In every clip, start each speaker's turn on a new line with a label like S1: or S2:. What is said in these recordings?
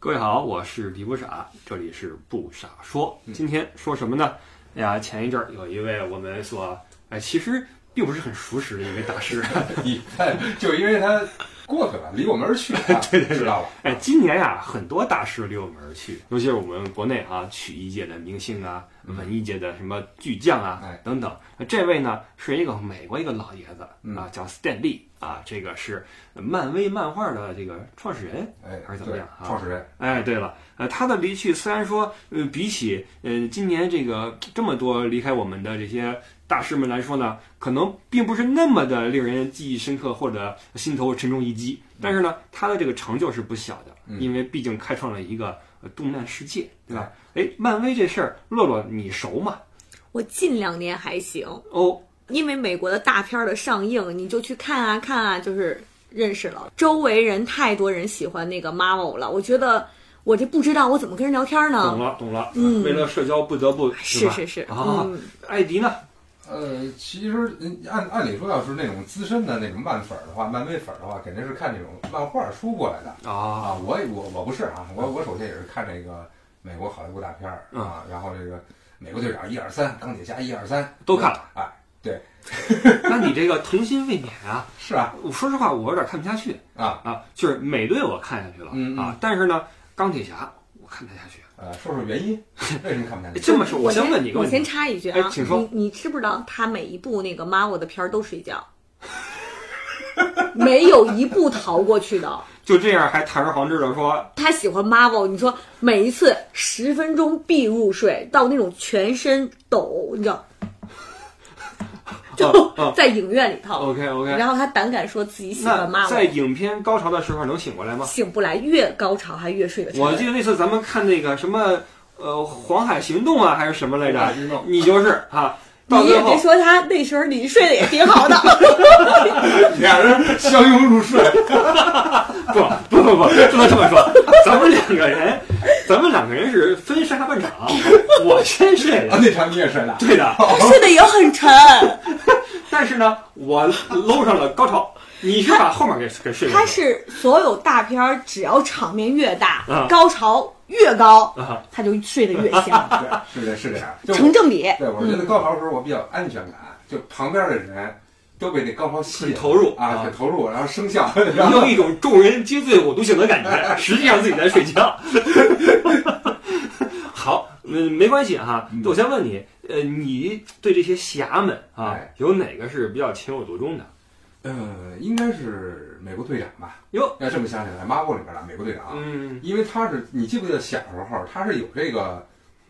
S1: 各位好，我是李不傻，这里是不傻说。
S2: 嗯
S1: 今天说什么呢？哎呀，前一阵儿有一位我们所哎，其实并不是很熟识的一位大 师，
S2: 你看，就因为他过去了，离我们而去，啊
S1: 对对对
S2: 知道了。
S1: 哎，今年呀、很多大师离我们而去，尤其是我们国内啊，曲艺界的明星啊，文艺界的什么巨匠啊、
S2: 嗯哎
S1: 等等。那这位呢，是一个美国一个老爷子、
S2: 嗯
S1: 啊，叫 Stan Lee 啊，这个是漫威漫画的这个创始人，
S2: 哎，
S1: 还是怎么
S2: 对
S1: 样啊？
S2: 创始人，
S1: 哎，对了，呃，他的离去虽然说，呃，比起呃今年这个这么多离开我们的这些大师们来说呢，可能并不是那么的令人记忆深刻或者心头沉重一击，但是呢，他的这个成就是不小的，
S2: 嗯
S1: 因为毕竟开创了一个呃动漫世界，对吧？哎，漫威这事儿，洛洛你熟吗？
S3: 我近两年还行，
S1: 哦，
S3: 因为美国的大片儿的上映，你就去看啊看啊，就是认识了。周围人太多人喜欢那个 Marvel 了，我觉得我这不知道我怎么跟人聊天
S1: 懂
S3: 呢。
S1: 了懂了，
S3: 嗯
S1: 为了社交不得不
S3: 是
S1: 吧？
S3: 是是，
S1: 啊
S3: 嗯，
S1: 艾迪呢？
S2: 呃，其实嗯按按理说，要是那种资深的那种漫粉儿的话，漫威粉儿的话，肯定是看这种漫画书过来
S1: 啊
S2: 的啊。我也我我不是啊，我我首先也是看这个美国好莱坞大片儿
S1: 嗯
S2: 啊，然后这个美国队长一二三，钢铁侠一二三
S1: 都看了，
S2: 哎，对，
S1: 那你这个童心未泯啊！
S2: 是啊
S1: 我说实话，我有点看不下去。
S2: 啊，
S1: 啊，就是美队我看下去了、
S2: 嗯嗯
S1: 啊，但是呢，钢铁侠我看不太下去。
S2: 呃，说说原因，为什么看不下 去？
S1: 这么说，
S3: 我
S1: 先问你一个
S3: 我
S1: 问
S3: 先
S1: 题，
S3: 插一句
S1: 哎
S3: 啊，
S1: 请说
S3: 你你知不知道他每一部那个 Marvel 的片儿都睡觉，没有一部逃过去的。
S1: 就这样还堂而皇之的说，
S3: 他喜欢 Marvel，你说每一次十分钟必入睡，到那种全身抖，你知道，就
S1: 啊
S3: 在影院里头。
S1: OK OK，
S3: 然后他胆敢说自己喜欢
S1: 那在
S3: Marvel，
S1: 影片高潮的时候能醒过来吗？
S3: 醒不来，越高潮还越睡得沉。
S1: 我记得那次咱们看那个什么呃《黄海行动》啊，还是什么来
S2: 大
S1: 着，
S2: 运动
S1: 你就是啊，到
S3: 嗯你
S1: 最
S3: 也
S1: 后
S3: 别说他那时候你睡得也挺好 的，
S2: 俩人相拥入睡，
S1: 不不不不，不能这么说，咱们两个人，咱们两个人是分上下半场，我先睡
S2: 啊
S1: 了，，
S2: 那场你也睡了。
S1: 对的，
S3: 睡得也 很沉。
S1: 但是呢，我搂上了高潮，你是把后面给给睡过去了。
S3: 他是所有大片儿，只要场面越大
S1: 啊，
S3: 高潮越高
S1: 啊，
S3: 他就睡得越香，
S2: 对，是这是这样。就
S3: 成正比。
S2: 对，我觉得高潮的时候我比较安全感，就旁边的人都被那高潮吸
S1: 很
S2: 引
S1: 投入
S2: 啊，很投入，然后生 效，然
S1: 你
S2: 后
S1: 有一种众人皆醉我独醒的感觉，实际上自己在睡觉。 好，嗯，没关系哈。
S2: 嗯
S1: 我先问你，呃，你对这些侠们啊
S2: 哎，
S1: 有哪个是比较情有独钟的？
S2: 呃，应该是美国队长吧？
S1: 哟，
S2: 要这么想起来，马布里边的美国队长，
S1: 嗯，
S2: 因为他是你记不记得小时候他是有这个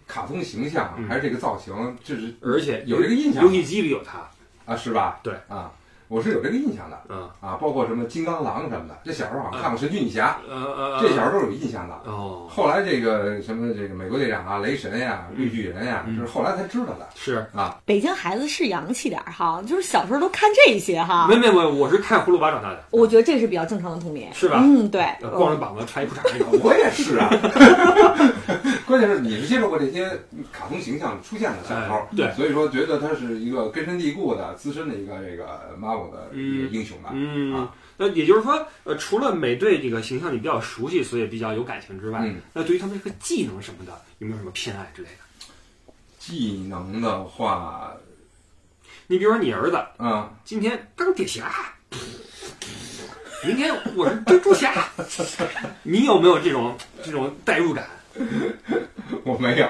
S2: 卡通形象
S1: 嗯
S2: 还是这个造型，就是
S1: 而且
S2: 有这个印象
S1: 游戏机里有他，
S2: 啊，是吧？
S1: 对
S2: 啊，我是有这个印象的
S1: 嗯，
S2: 啊，包括什么金刚狼什么的，这小时候好像看过神奇女侠，
S1: 呃呃，
S2: 这小时候都有印象的。
S1: 哦，
S2: 后来这个什么这个美国队长啊、雷神呀、绿巨人呀，
S1: 嗯
S2: 就是后来才知道的。
S1: 是，
S3: 北京孩子是洋气点儿哈，就是小时候都看这些哈
S1: 没，没没，我是看葫芦娃长大的，
S3: 啊我觉得这是比较正常的童年，
S1: 是吧
S3: 嗯，对，
S1: 呃光着膀子穿一裤衩那 种。
S2: 我也是啊，关键是你是接受过这些卡通形象出现的小时候，
S1: 哎对
S2: 所以说觉得他是一个根深蒂固的、资深的一个这个 Marvel 的一个英雄吧。
S1: 嗯
S2: 啊，
S1: 那也就是说，呃，除了美队这个形象你比较熟悉，所以比较有感情之外，
S2: 嗯
S1: 那对于他们这个技能什么的，有没有什么偏爱之类的？
S2: 技能的话，
S1: 你比如说你儿子
S2: 嗯，
S1: 今天钢铁侠，明天我是蜘蛛侠，你有没有这种这种代入感？
S2: 我 没有。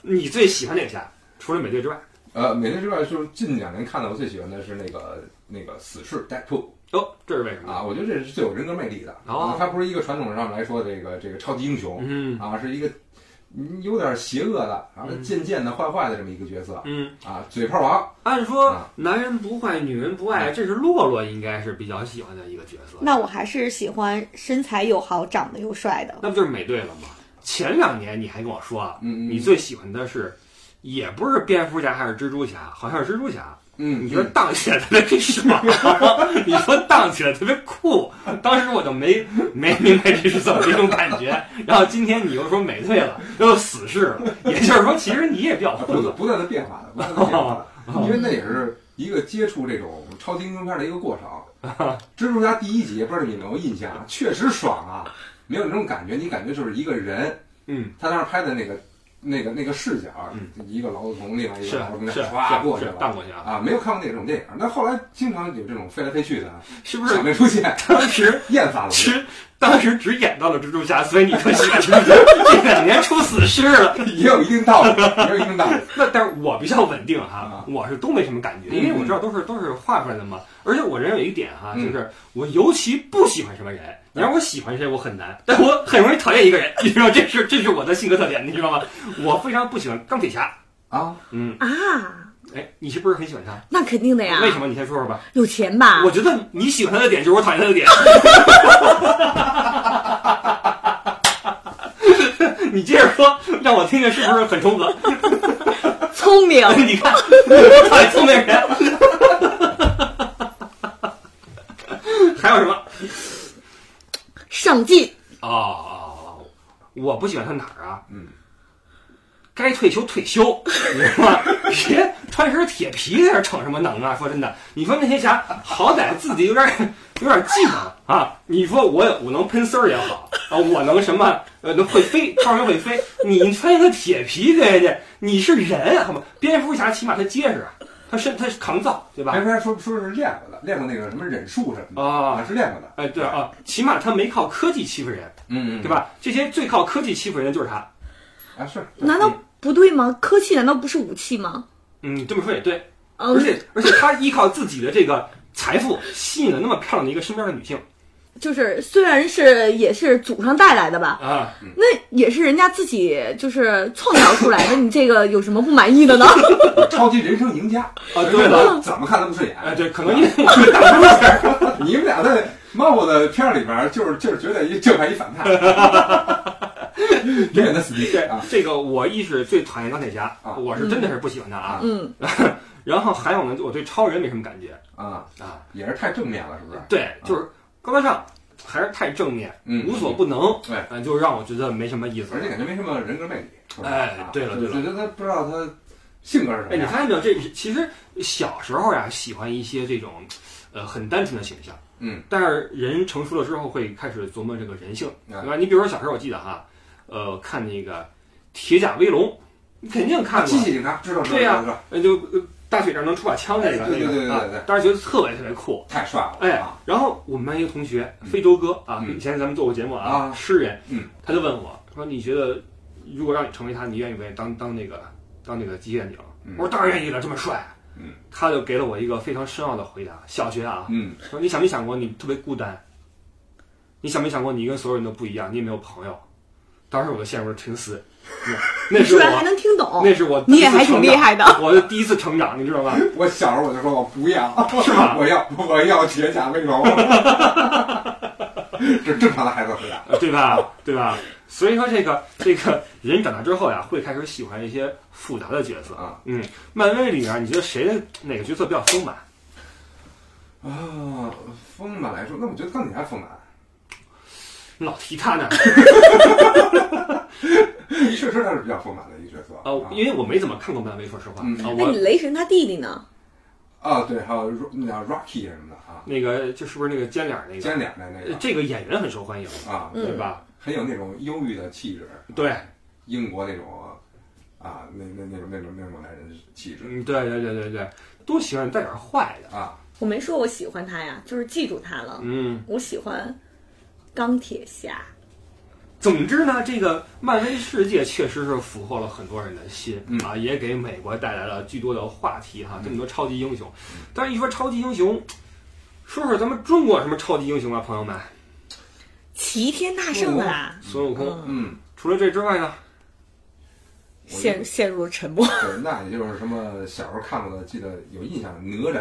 S1: 你最喜欢哪个侠？除了美队之外，
S2: 呃，美队之外，就是近两年看的我最喜欢的是那个那个死侍 Deadpool
S1: 哦，这是为什么？
S2: 啊，我觉得这是最有人格魅力的。
S1: 哦
S2: 啊，他不是一个传统上来说的这个这个超级英雄，
S1: 嗯
S2: 啊，是一个嗯有点邪恶的，然后
S1: 嗯
S2: 渐渐的坏坏的这么一个角色
S1: 嗯，
S2: 啊，嘴炮王。
S1: 按说
S2: 啊
S1: 男人不坏，女人不爱，这是洛洛应该是比较喜欢的一个角色。
S3: 那我还是喜欢身材又好、长得又帅的。
S1: 那不就是美队了吗？前两年你还跟我说啊，
S2: 嗯，嗯
S1: 你最喜欢的是，也不是蝙蝠侠还是蜘蛛侠，好像是蜘蛛侠。
S2: 嗯，
S1: 你觉得荡起来特别爽， 你说荡起来特别酷，当时我就没没明白这是怎么一种感觉。然后今天你又说美队了，又死侍了，也就是说，其实你也比较
S2: 不
S1: 糊涂
S2: 断不断的变化的，不断的变 化
S1: 哦
S2: 的，因为那也是一个接触这种超 级英雄片的一个过程。蜘蛛侠第一集不知道你有没有印象，确实爽啊！没有那种感觉，你感觉就是一个人，
S1: 嗯，
S2: 他当时拍的那个那个那个视角，一个老幼童，另外一
S1: 是啊
S2: 个老幼童，
S1: 嗯是
S2: 唰过
S1: 是
S2: 去
S1: 是荡
S2: 了。
S1: 过去啊，
S2: 啊，没有看过那种电影，那后来经常有这种飞来飞去的，
S1: 是不是
S2: 场面出现，
S1: 当 时
S2: 厌烦了。
S1: 只当时只演到了蜘蛛侠，所以你说喜欢蜘蛛侠，这两年出死尸了。
S2: 也有一定道理，也有一定道理。
S1: 那但是我比较稳定哈
S2: 啊，
S1: 我是都没什么感觉，
S2: 嗯
S1: 因为我知道都是都是画出来的嘛。而且我人有一点哈，就
S2: 嗯
S1: 是我尤其不喜欢什么人。你让我喜欢谁，我很难，但我很容易讨厌一个人，你知道，这是这是我的性格特点，你知道吗？我非常不喜欢钢铁侠。
S2: 啊，
S1: 嗯，
S3: 啊，
S1: 哎，你是不是很喜欢他？
S3: 那肯定的呀，
S1: 为什么？你先说说吧。
S3: 有钱吧
S1: 我？觉得你喜欢他的点就是我讨厌他的点。 你接着说，让我听听是不是很冲突？
S3: 聪明，
S1: 你看，我讨厌聪明人。还有什么？
S3: 上进，
S1: 哦哦，哦我不喜欢他哪儿啊？
S2: 嗯，
S1: 该退休退休，你知道吗？别穿身铁皮在这逞什么能啊！说真的，你说那些侠好歹自己有点有点技能啊！你说我我能喷丝儿也好啊，我能什么呃能会飞，照样会飞。你穿一个铁皮给人家，你是人啊好吗？蝙蝠侠起码他结实啊，他身他扛造对吧
S2: 还？说说说是练过的，练过那个什么忍术什么的
S1: 啊，
S2: 啊，是练过的。
S1: 哎对啊，起码他没靠科技欺负人，
S2: 嗯
S1: 对？吧？这些最靠科技欺负人的就是他。嗯
S2: 啊，是
S3: 难道不对吗？科技难道不是武器吗？
S1: 嗯，这么说也对。
S3: 嗯
S1: 而，且而且他依靠自己的这个财富，吸引了那么漂亮的一个身边的女性
S3: 就是虽然是也是祖上带来的吧，
S1: 啊，
S3: 那也是人家自己就是创造出 来的，你这个有什么不满意的呢？
S2: 超级人生赢家啊！
S1: 对了，
S2: 怎么看都不顺
S1: 哎，
S2: 眼。
S1: 对，可能
S2: 啊
S1: 因为我是大姑娘，
S2: 你们俩在猫我的片儿里边儿，就是就是绝对一正派一 反派，永远的死敌
S1: 对
S2: 啊！
S1: 这个我一是最讨厌钢铁侠，
S2: 啊
S1: 我是真的是不喜欢他啊。
S3: 嗯，
S1: 然后还有呢，我对超人没什么感觉
S2: 啊，
S1: 啊，
S2: 也是太正面了，是不是？
S1: 对，就是高大上，还是太正面，
S2: 嗯，
S1: 无所不能，
S2: 对
S1: 嗯，就让我觉得没什么意思
S2: 而。且感觉没什么人格魅力。是吧啊
S1: 哎对了对了
S2: 就觉得他不知道他性格是什么
S1: 哎，你
S2: 样。
S1: 发现没有？这其实小时候呀，喜欢一些这种，呃，很单纯的形象。
S2: 嗯，
S1: 但是人成熟了之后，会开始琢磨这个人性，
S2: 啊
S1: 对吧？你比如说小时候，我记得哈，呃，看那个《铁甲威龙》，你肯定看过
S2: 机，器警察知道知道
S1: 对
S2: 知
S1: 呀
S2: 道知道，
S1: 呃，就呃大腿上能出把枪那个，
S2: 哎对对
S1: 那个
S2: 对对
S1: 啊
S2: 对对
S1: 当时觉得特别特别酷。
S2: 太帅了！
S1: 哎
S2: 啊，
S1: 然后我们班一个同学，
S2: 嗯
S1: 非洲哥啊，
S2: 嗯
S1: 以前咱们做过节目
S2: 啊
S1: 诗人，
S2: 嗯，
S1: 他就问我说：“你觉得如果让你成为他，你愿意不愿意当当那个当那个机械警？”
S2: 嗯
S1: 我说：“当然愿意了，这么帅。”啊
S2: 嗯，
S1: 他就给了我一个非常深奥的回答。小学啊，
S2: 嗯
S1: 说你想没想过你特别孤单？你想没想过你跟所有人都不一样，你也没有朋友？当时我就陷入了沉思，那那
S3: 居
S1: 是
S3: 然还
S1: 我，
S3: 能听懂，
S1: 那是我，
S3: 你也还挺厉，害的。
S1: 我的第一次成长，你知道吗？
S2: 我小时候我就说我不要，
S1: 是吧
S2: 我要我要铁甲威龙，这正常的孩子啊回答。
S1: 呃对吧？对吧？所以说这个这个人长大之后呀，会开始喜欢一些复杂的角色
S2: 啊。
S1: 嗯，漫威里面你觉得谁的哪个角色比较丰满？
S2: 啊，丰满来说，那我觉得钢铁侠丰满，
S1: 你老提他呢
S2: 确实他是比较丰满的一个角色
S1: 啊，因为我没怎么看过漫威，说实话
S2: 嗯
S1: 啊，
S3: 那
S1: 我
S3: 哎你雷神他弟弟呢？
S2: 啊，对，还有那叫 Rocky 什么的啊，
S1: 那个就是不是那个尖脸儿那个
S2: 尖脸的那
S1: 呃，
S2: 个
S1: 这个演员很受欢迎，
S2: 啊，
S1: 对吧？
S2: 很有那种忧郁的气质，
S1: 对，
S2: 英国那种啊，那那那种那种那种男人的气质
S1: 嗯，对对对对对，都喜欢带点坏的。
S2: 啊，
S3: 我没说我喜欢他呀，就是记住他了。
S1: 嗯，
S3: 我喜欢钢铁侠，
S1: 总之呢，这个漫威世界确实是俘获了很多人的心、
S2: 嗯
S1: 啊，也给美国带来了巨多的话题哈，这么多超级英雄。但是，一说超级英雄，说说咱们中国有什么超级英雄啊，朋友们？
S3: 齐天大圣啊，
S1: 孙悟空。
S3: 嗯，
S2: 嗯，
S1: 除了这之外呢？
S2: 我
S3: 陷陷入了沉默。
S2: 对，那也就是什么小时候看过的，记得有印象，哪吒，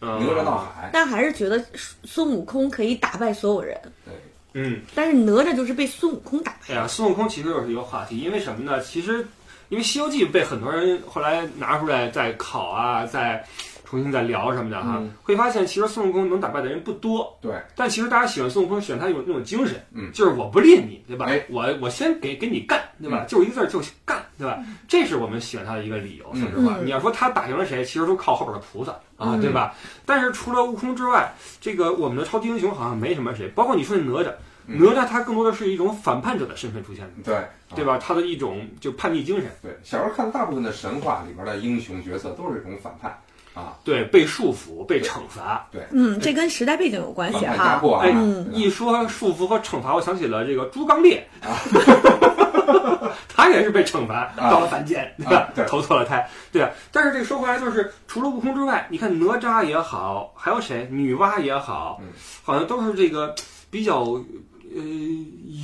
S1: 嗯，
S2: 哪吒闹海，
S3: 但还是觉得孙悟空可以打败所有人，
S2: 对，
S1: 嗯，
S3: 但是哪吒就是被孙悟空打败。
S1: 哎呀，孙悟空其实又是一个话题，因为什么呢？其实，因为《西游记》被很多人后来拿出来再考啊，再重新再聊什么的哈，
S2: 嗯
S1: 会发现其实孙悟空能打败的人不多。
S2: 对，
S1: 但其实大家喜欢孙悟空，喜欢他有那种精神，
S2: 嗯
S1: 就是我不吝你，对吧？
S2: 哎
S1: 我我先给给你干，对吧？就是一个字儿，就是干，对吧？这是我们喜欢他的一个理由。
S2: 嗯
S1: 说实话，
S3: 嗯
S1: 你要说他打赢了谁，其实都靠后边的菩萨啊，
S3: 嗯
S1: 对吧？但是除了悟空之外，这个我们的超级英雄好像没什么谁，包括你说的哪吒，
S2: 嗯
S1: 哪吒他更多的是一种反叛者的身份出现的，
S2: 对
S1: 对吧？他的一种就叛逆精神，
S2: 对，小时候看的大部分的神话里边的英雄角色都是这种反叛啊，
S1: 对，被束缚、被惩罚。
S3: 嗯，这跟时代背景有关
S2: 反
S3: 系
S2: 派压
S3: 哈。
S2: 迫啊，
S1: 哎
S2: 嗯
S1: 一说束缚和惩罚，我想起了这个猪刚鬣， 他也是被惩罚
S2: 啊
S1: 到了凡间，对
S2: 啊
S1: 吧
S2: 对？
S1: 投错了胎，对啊。但是这说回来，就是除了悟空之外，你看哪吒也好，还有谁？女娲也好
S2: 嗯，
S1: 好像都是这个比较呃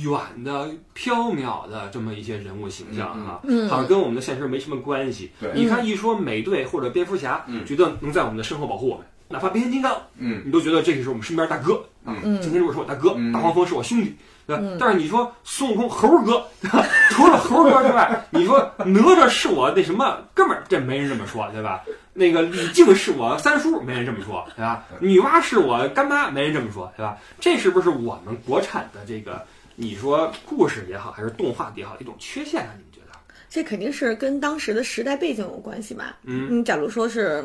S1: 远的、缥缈的这么一些人物形象啊，
S3: 嗯嗯
S1: 好像跟我们的现实没什么关系。
S2: 对
S1: 你看一说美队或者蝙蝠侠，
S2: 嗯
S1: 觉得能在我们的身后保护我们，哪怕变形金刚。
S2: 嗯
S1: 你都觉得这个是我们身边大哥，
S2: 嗯
S1: 擎天柱是我大哥，
S2: 嗯
S1: 大黄蜂是我兄弟，对吧？
S3: 嗯
S1: 但是你说孙悟空猴儿哥， 对吧除了猴儿哥之外，你说哪吒是我那什么哥们儿，这没人这么说，对吧？那个李靖是我三叔，没人这么说，对吧？女娲是我干妈，没人这么说，对吧？这是不是我们国产的这个你说故事也好，还是动画也好，一种缺陷啊？你们觉得？
S3: 这肯定是跟当时的时代背景有关系吧？
S1: 嗯
S3: 嗯，假如说是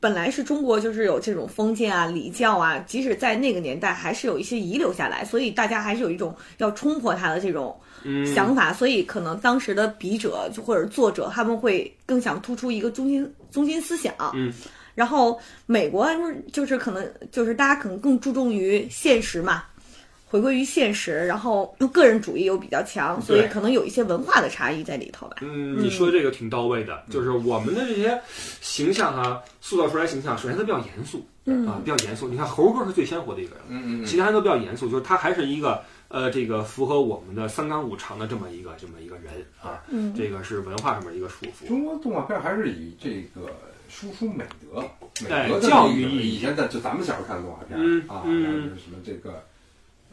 S3: 本来是中国就是有这种封建啊、礼教啊，即使在那个年代还是有一些遗留下来，所以大家还是有一种要冲破它的这种
S1: 嗯，
S3: 想法，所以可能当时的笔者就或者作者他们会更想突出一个中心中心思想。
S1: 嗯，
S3: 然后美国就是可能就是大家可能更注重于现实嘛。回归于现实，然后个人主义又比较强，所以
S1: 对
S3: 可能有一些文化的差异在里头吧。
S1: 嗯，你说这个挺到位的，就是我们的这些形象啊，塑造出来形象，首先它比较严肃，
S3: 嗯
S1: 啊，比较严肃。你看猴哥是最鲜活的一个人，
S2: 嗯嗯
S1: 其他人都比较严肃，就是他还是一个呃，这个符合我们的三纲五常的这么一个这么一个人啊，
S3: 嗯
S1: 这个是文化上面一个束缚。
S2: 中国动画片还是以这个输出美德、美
S1: 哎
S2: 德的
S1: 教
S2: 那
S1: 育
S2: 种
S1: 意义
S2: 以前的就咱们小时候看的动画片、
S1: 嗯
S2: 啊，
S1: 嗯
S2: 然后就是什么这个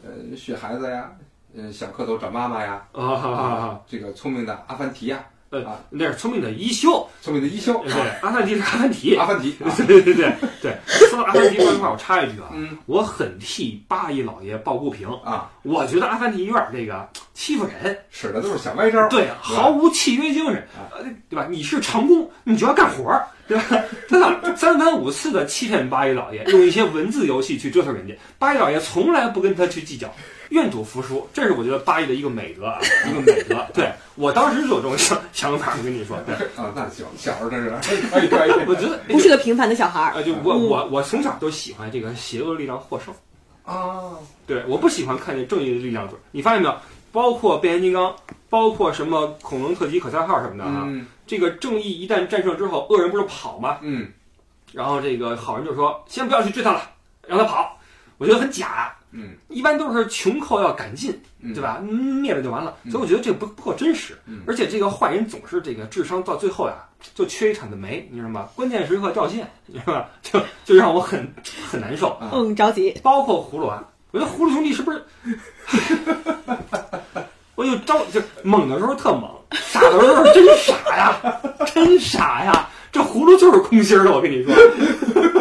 S2: 呃学孩子呀，嗯、小蝌蚪找妈妈呀，
S1: 啊哈哈哈！
S2: 啊，这个聪明的阿凡提呀，
S1: 呃
S2: 啊，
S1: 那是聪明的一休，
S2: 聪明的一休，
S1: 对，阿凡提是阿凡提，
S2: 阿凡提，啊
S1: 哎对对对对。说到阿凡提这块，我插一句啊，
S2: 嗯
S1: 我很替八一老爷抱不平，
S2: 啊，
S1: 我觉得阿凡提有点这个欺负人。
S2: 使的都是小歪招，
S1: 对，啊毫无契约精神
S2: 啊，
S1: 呃对吧？你是长工，你就要干活儿，对吧？ 他老三番五次的欺骗八一老爷，用一些文字游戏去折腾人家，八一老爷从来不跟他去计较，愿赌服输，这是我觉得八一的一个美德啊，一个美德。对我当时就有这种想想法，我跟你说，对，
S2: 啊，那行，小时候真是，哎可以啊可以，
S1: 我觉得。
S3: 不是个平凡的小孩儿。
S1: 啊，就我我我从小都喜欢这个邪恶力量获胜，
S2: 啊，
S1: 对，我不喜欢看见正义的力量走。你发现没有？包括变形金刚，包括什么恐龙特级可赛号什么的啊，
S2: 嗯
S1: 这个正义一旦战胜之后，恶人不是跑吗？
S2: 嗯，
S1: 然后这个好人就说：“先不要去追他了，让他跑。”我觉得很假，啊
S2: 嗯，
S1: 一般都是穷寇要赶尽，
S2: 嗯
S1: 对？吧？灭了就完了，
S2: 嗯
S1: 所以我觉得这个不不够真实
S2: 嗯，
S1: 而且这个坏人总是这个智商到最后呀，就缺一铲子煤，你知道吗？关键时刻掉线，你知道吧？就就让我很很难受。
S2: 啊
S3: 嗯，着急。
S1: 包括葫芦娃，我觉得葫芦兄弟是不是？ 我就招就猛的时候特猛，傻的时候真傻呀，真傻呀！这葫芦就是空心儿的，我跟你说，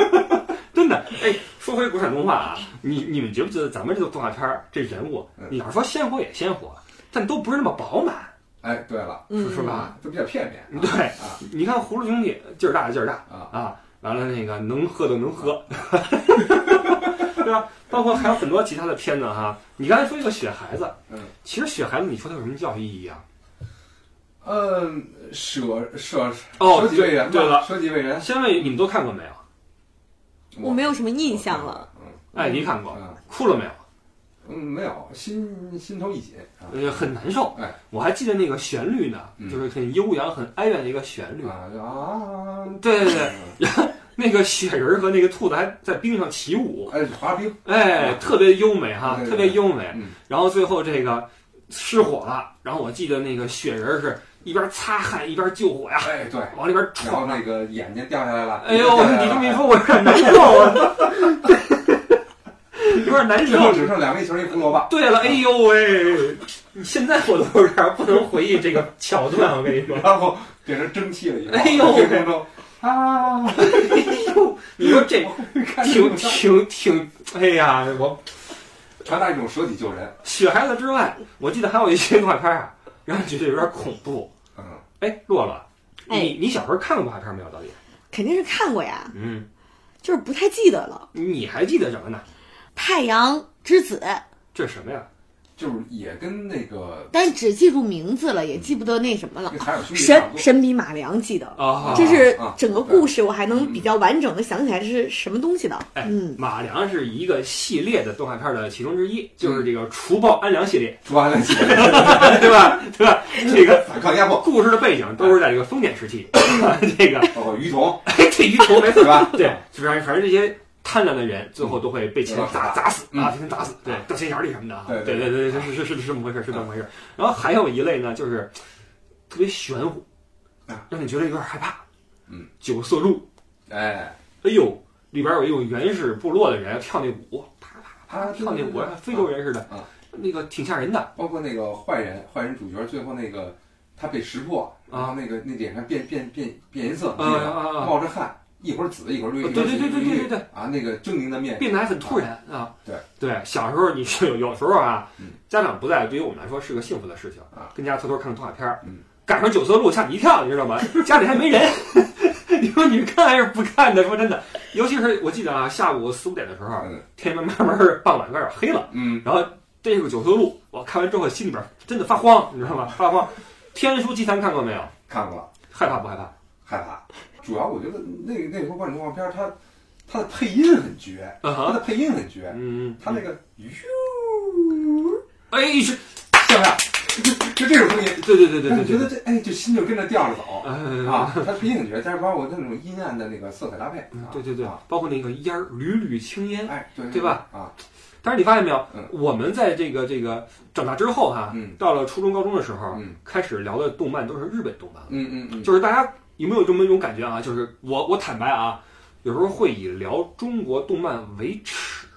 S1: 真的。哎，说回国产动画啊，你你们觉不觉得咱们这个动画片儿这人物
S2: 嗯，
S1: 你要说鲜活也鲜活，但都不是那么饱满，
S2: 哎，对了，
S3: 嗯，
S1: 是吧？
S2: 啊，都比较片面，
S1: 对
S2: 啊
S1: 你看葫芦兄弟劲儿大劲儿大
S2: 啊
S1: 啊，完了那个能喝的能喝， 对吧？包括还有很多其他的片子哈。你刚才说这个雪孩子，
S2: 嗯，
S1: 其实雪孩子你说它有什么教育意义啊？
S2: 嗯，舍舍
S1: 哦
S2: 舍己为人吧，
S1: 对了
S2: 舍己为人，
S1: 先问你们都看过没有？
S3: 我没有什么印象了。
S1: 艾迪看过，
S2: 嗯
S1: 哭了没有？
S2: 嗯，没有，心心头一紧啊
S1: 呃，很难受
S2: 哎。
S1: 我还记得那个旋律呢，
S2: 嗯
S1: 就是很悠扬、很哀怨的一个旋律。
S2: 啊啊！
S1: 对对对，那个雪人儿和那个兔子还在冰上起舞，
S2: 哎，滑冰，
S1: 哎，特别优美哈，
S2: 对对
S1: 特别优美。
S2: 嗯
S1: 然后最后这个失火了，然后我记得那个雪人是一边擦汗一边救火呀，
S2: 哎，对，
S1: 往里边
S2: 然后
S1: 闯。
S2: 那个眼睛掉下来了，
S1: 啊哎呦，你这么一说，我有点难 受啊，有点难
S2: 最后
S1: 受。
S2: 只剩两个球一胡萝卜，
S1: 对了，哎呦喂，你现在我都有点不能回忆这个桥段，我跟你说。
S2: 然后变成蒸汽了以后，
S1: 哎 呦
S2: 天空中啊，
S1: 哎呦，你说这
S2: 看着
S1: 挺挺挺，哎呀，我
S2: 传达一种舍己救人，
S1: 雪孩子之外，我记得还有一些动画片啊，让你觉得有点恐怖。
S2: 嗯，
S1: 哎，洛洛，
S3: 哎
S1: 你你小时候看过动画片没有？到底？
S3: 肯定是看过呀，
S1: 嗯，
S3: 就是不太记得了。
S1: 你还记得什么呢？
S3: 《太阳之子》
S1: 这是什么呀？
S2: 就是也跟那个
S3: 但只记住名字了，也记不得那什么了
S2: 跟。海尔兄弟
S3: 啊神
S2: 差不多。
S3: 神笔马良记得，
S1: 啊，嗯
S3: 这是
S2: 啊
S3: 整个故事，我还能比较完整的想起来这是什么东西的。
S1: 哎
S3: 嗯，
S1: 马良是一个系列的动画片的其中之一，就是这个除暴安良系列，
S2: 朱安的姐姐
S1: 对吧？对吧？这个
S2: 反抗压迫，
S1: 故事的背景都是在这个封建时期，这个哎
S2: 包括于哦童，
S1: 这一头没
S2: 对吧？
S1: 对， 就反正反正这些贪婪的人，最后都会被钱
S2: 嗯
S1: 砸砸死
S2: 嗯
S1: 啊，被钱砸死，对，掉钱眼里什么的啊，
S2: 对
S1: 对
S2: 对嗯
S1: 对对，是是是是这么回事，是这么回事。然后还有一类呢，就是特别玄乎
S2: 啊，
S1: 让你觉得有点害怕。
S2: 嗯，
S1: 九色鹿，
S2: 哎，
S1: 哎呦，里边有一种原始部落的人跳那舞，啪啪啪
S2: 啊对
S1: 跳那
S2: 对
S1: 舞
S2: 对，
S1: 非洲人似的
S2: 嗯，
S1: 那个挺吓人的。
S2: 啊包括那个坏人，坏人主角最后那个他被识破，
S1: 啊
S2: 然后那个那脸上变变变变颜色，
S1: 啊
S2: 那
S1: 啊
S2: 个
S1: 啊啊！
S2: 冒着汗，一会儿紫一会儿绿，
S1: 对
S2: 一会
S1: 对
S2: 儿
S1: 对对对对对
S2: 啊，那个狰狞的面，
S1: 变得还很突然啊！
S2: 对
S1: 对，小时候你是有有时候啊
S2: 嗯，
S1: 家长不在，对于我们来说是个幸福的事情
S2: 啊。
S1: 跟家偷偷看看动画片儿
S2: 嗯，
S1: 赶上九色鹿吓你一跳，你知道吗？家里还没人， 你说你看还是不看的？说真的，尤其是我记得啊，下午四五点的时候，啊
S2: 嗯
S1: 天慢慢慢傍晚有点黑了，
S2: 嗯，
S1: 然后这个九色鹿，我看完之后心里边真的发慌，你知道吗？发慌。天书奇谭看过没有？
S2: 看过了，
S1: 害怕不害怕？
S2: 害怕。主要我觉得那个那时候观众动画片，它它的配音很绝，
S1: 啊
S2: 它
S1: 哈，
S2: 的配音很绝，
S1: 嗯，
S2: 它那个咻，
S1: 哎是，
S2: 是不是？就这种声音，
S1: 对对对对对
S2: 让你觉
S1: 对
S2: 得，这哎，这心就跟着调着走
S1: 哎
S2: 啊。它配音很绝，但是包括它那种阴暗的那个色彩搭配，
S1: 嗯
S2: 啊
S1: 对对对
S2: 啊，
S1: 包括那个烟儿缕缕青烟。
S2: 哎，对
S1: 对吧？
S2: 啊，
S1: 但是你发现没有
S2: 嗯，
S1: 我们在这个这个长大之后哈，
S2: 嗯
S1: 到了初中高中的时候
S2: 嗯，
S1: 开始聊的动漫都是日本动漫了。
S2: 嗯嗯嗯，
S1: 就是大家有没有这么一种感觉啊？就是我我坦白啊，有时候会以聊中国动漫为耻。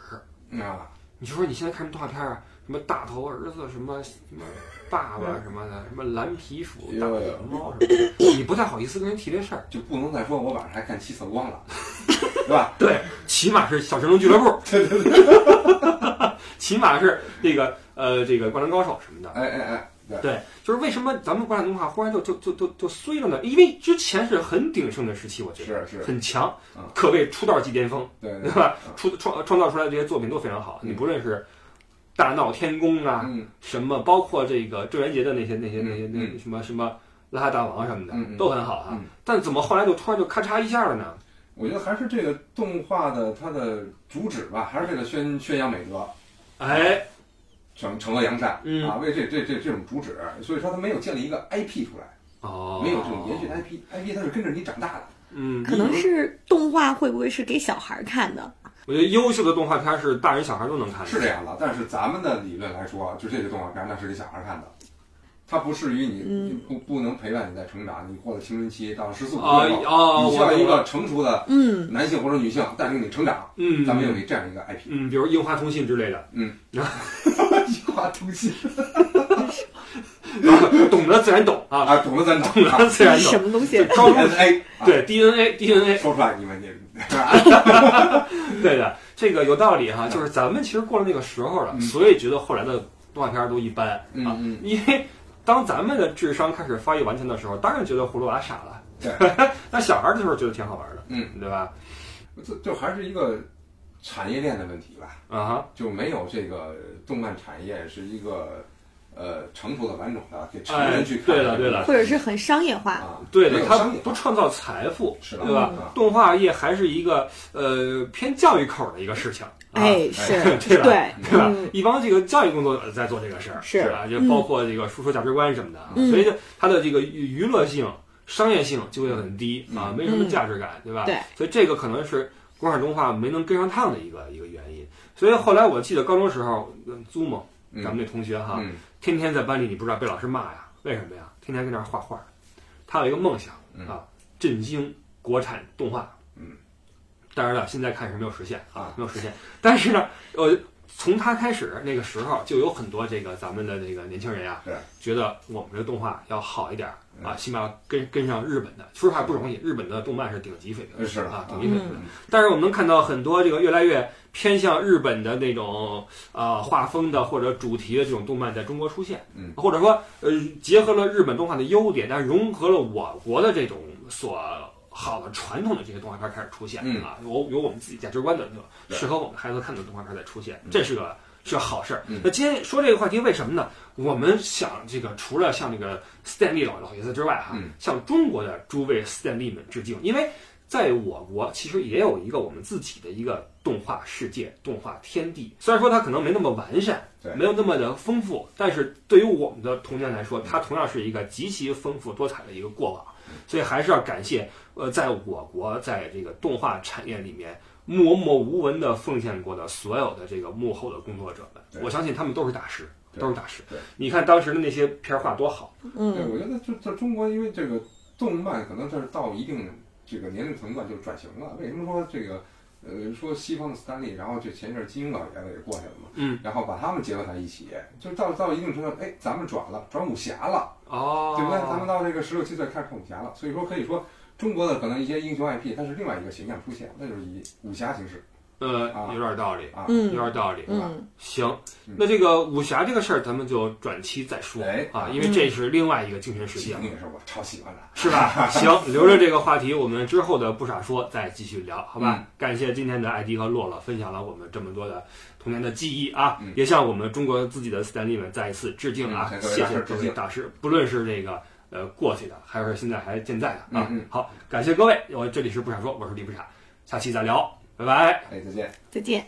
S2: 嗯啊，
S1: 你就说你现在看什么动画片啊？什么大头儿子，什么什么爸
S2: 嗯
S1: 爸什么的，什么蓝皮鼠、大
S2: 有有
S1: 熊猫什么的，你不太好意思跟人提这事儿。
S2: 就不能再说我晚上还看七色光了，对吧？
S1: 对，起码是小神龙俱乐部，对对对， 起码是这个呃这个灌篮高手什么的。
S2: 哎哎哎，对，
S1: 对，就是为什么咱们灌篮动画忽然就就就就就衰了呢？因为之前是很鼎盛的时期，我觉得
S2: 是是，
S1: 很强
S2: 嗯，
S1: 可谓出道即巅峰，
S2: 对对
S1: 对
S2: 对
S1: 吧？出创创造出来的这些作品都非常好，
S2: 嗯
S1: 你不论是大闹天宫啊，
S2: 嗯
S1: 什么包括这个郑渊洁的那些那些
S2: 嗯
S1: 那些那些
S2: 嗯
S1: 什么什么邋遢大王什么
S2: 嗯
S1: 的，
S2: 嗯
S1: 都很好啊
S2: 嗯。
S1: 但怎么后来就突然就咔嚓一下了呢？
S2: 我觉得还是这个动画的它的主旨吧，还是为了宣宣扬美德，
S1: 哎，
S2: 惩惩恶扬善、
S1: 嗯
S2: 啊，为这这这这种主旨，所以说它没有建立一个 IP 出来，
S1: 哦，
S2: 没有这种延续的 IP，IP、IP 它是跟着你长大的，
S1: 嗯，
S3: 可能是动画会不会是给小孩儿看的？
S1: 我觉得优秀的动画片是大人小孩都能看的，
S2: 是这样的。但是咱们的理论来说，啊就这个动画片那是给小孩看的。它不适于你，
S3: 嗯
S2: 你不不能陪伴你在成长，你过了青春期到十四五岁
S1: 啊
S2: 后，
S1: 啊，
S2: 你需要
S1: 我
S2: 一个成熟的
S3: 嗯，
S2: 男性或者女性带领你成长，
S1: 嗯，
S2: 咱们有这样一个 IP，
S1: 嗯，比如樱花通信之类的，
S2: 一花通信
S1: 懂得自然懂啊，
S2: 啊，懂了咱懂
S1: 懂 得自然
S3: 什
S1: 懂。
S3: 么东西
S1: 对？招生
S2: DNA 啊
S1: 对 DNA DNA
S2: 说出来你 们也
S1: 对的，这个有道理哈，就是咱们其实过了那个时候了，
S2: 嗯
S1: 所以觉得后来的动画片都一般啊，
S2: 嗯
S1: 因为当咱们的智商开始发育完全的时候，当然觉得葫芦娃傻了，
S2: 对，
S1: 那小孩儿的时候觉得挺好玩的，
S2: 嗯，
S1: 对吧？
S2: 嗯，这就还是一个产业链的问题吧，
S1: 啊哈，
S2: 就没有这个动漫产业是一个呃成熟的完整的给成
S1: 哎
S2: 人去看
S1: 对
S2: 的，
S1: 了对了
S3: 或者是很商业化？
S2: 啊，
S1: 对
S2: 没
S1: 的，
S2: 有
S1: 它
S2: 商业
S1: 不创造财富，
S2: 是的
S1: 对吧？
S2: 啊
S1: 动画业还是一个呃偏教育口儿的一个事情，啊、
S3: 哎，是，
S1: 对吧
S3: 对，
S1: 对吧
S3: 嗯？
S1: 一帮这个教育工作者在做这个事儿，
S3: 是
S1: 啊，就包括这个输出价值观什么的啊，
S3: 嗯
S1: 所以呢，它的这个娱娱乐性、商业性就会很低啊，
S2: 嗯
S1: 没什么价值感，对吧？
S3: 对，
S1: 所以这个可能是国产动画没能跟上趟的一个一个原因。所以后来我记得高中时候，嗯租嘛，
S2: 嗯
S1: 咱们那同学哈，
S2: 嗯
S1: 天天在班里，你不知道被老师骂呀，为什么呀？天天跟那儿画画，他有一个梦想
S2: 嗯
S1: 啊，振兴国产动画。
S2: 嗯，
S1: 当然了，现在看是没有实现啊
S2: 啊，
S1: 没有实现。但是呢，呃，从他开始那个时候，就有很多这个咱们的这个年轻人啊
S2: 是，嗯
S1: 觉得我们这动画要好一点儿啊，起码要跟跟上日本的。说实话不容易，日本的动漫是顶级水平的，
S2: 是的
S1: 啊，顶
S2: 啊
S1: 级水平的。
S3: 嗯
S1: 但是我们能看到很多这个越来越偏向日本的那种啊、呃画风的或者主题的这种动漫在中国出现，
S2: 嗯
S1: 或者说呃结合了日本动画的优点，但融合了我国的这种所好的传统的这些动画片开始出现、
S2: 嗯
S1: 啊，有有我们自己价值观的
S2: 对
S1: 适合我们孩子看的动画片在出现，
S2: 嗯
S1: 这是个是好事儿
S2: 嗯。
S1: 那今天说这个话题为什么呢？我们想这个除了向这个斯坦利老老爷子之外哈
S2: 嗯，
S1: 向中国的诸位斯坦利们致敬，因为在我国其实也有一个我们自己的一个动画世界、动画天地，虽然说它可能没那么完善
S2: 对，
S1: 没有那么的丰富，但是对于我们的童年来说，它同样是一个极其丰富多彩的一个过往。所以还是要感谢，呃，在我国在这个动画产业里面默默无闻的奉献过的所有的这个幕后的工作者
S2: 对
S1: 们，我相信他们都是大师，
S2: 对
S1: 都是大师
S2: 对。
S1: 你看当时的那些片儿画多好，
S2: 对，
S3: 嗯，
S2: 我觉得就在中国，因为这个动漫可能这是到一定这个年龄层段就转型了。为什么说这个？呃，说西方的斯坦利，然后这前一阵儿金庸老爷子也过去了嘛，
S1: 嗯，
S2: 然后把他们结合在一起，就到到一定程度，哎，咱们转了，转武侠了，
S1: 哦
S2: 对不对？咱们到这个十六七岁开始看武侠了，所以说可以说中国的可能一些英雄 IP，它是另外一个形象出现，那就是以武侠形式
S1: 呃
S2: 啊，
S1: 有点道理，
S2: 啊。
S1: 有
S3: 嗯
S1: 点道理。
S3: 嗯，
S1: 行
S2: 嗯，
S1: 那这个武侠这个事儿，咱们就转期再说
S2: 哎
S1: 啊，因为这是另外一个精神世
S2: 西
S1: 界
S2: 游，也是我超喜欢的。
S1: 是 吧？行，留着这个话题，我们之后的不傻说再继续聊，好
S2: 嗯
S1: 吧？感谢今天的艾迪和洛洛分享了我们这么多的童年的记忆啊，
S2: 嗯
S1: 也向我们中国自己的斯坦利们再一次致敬啊！
S2: 嗯向各位
S1: 谢
S2: 大师
S1: 谢各
S2: 致
S1: 位
S2: 敬
S1: 大师，不论是这个呃过去的，还是现在还健在的啊。
S2: 嗯嗯
S1: 好，感谢各位，我这里是不傻说，我是李不傻，下期再聊，拜拜。
S2: 哎，再见。
S3: 再见。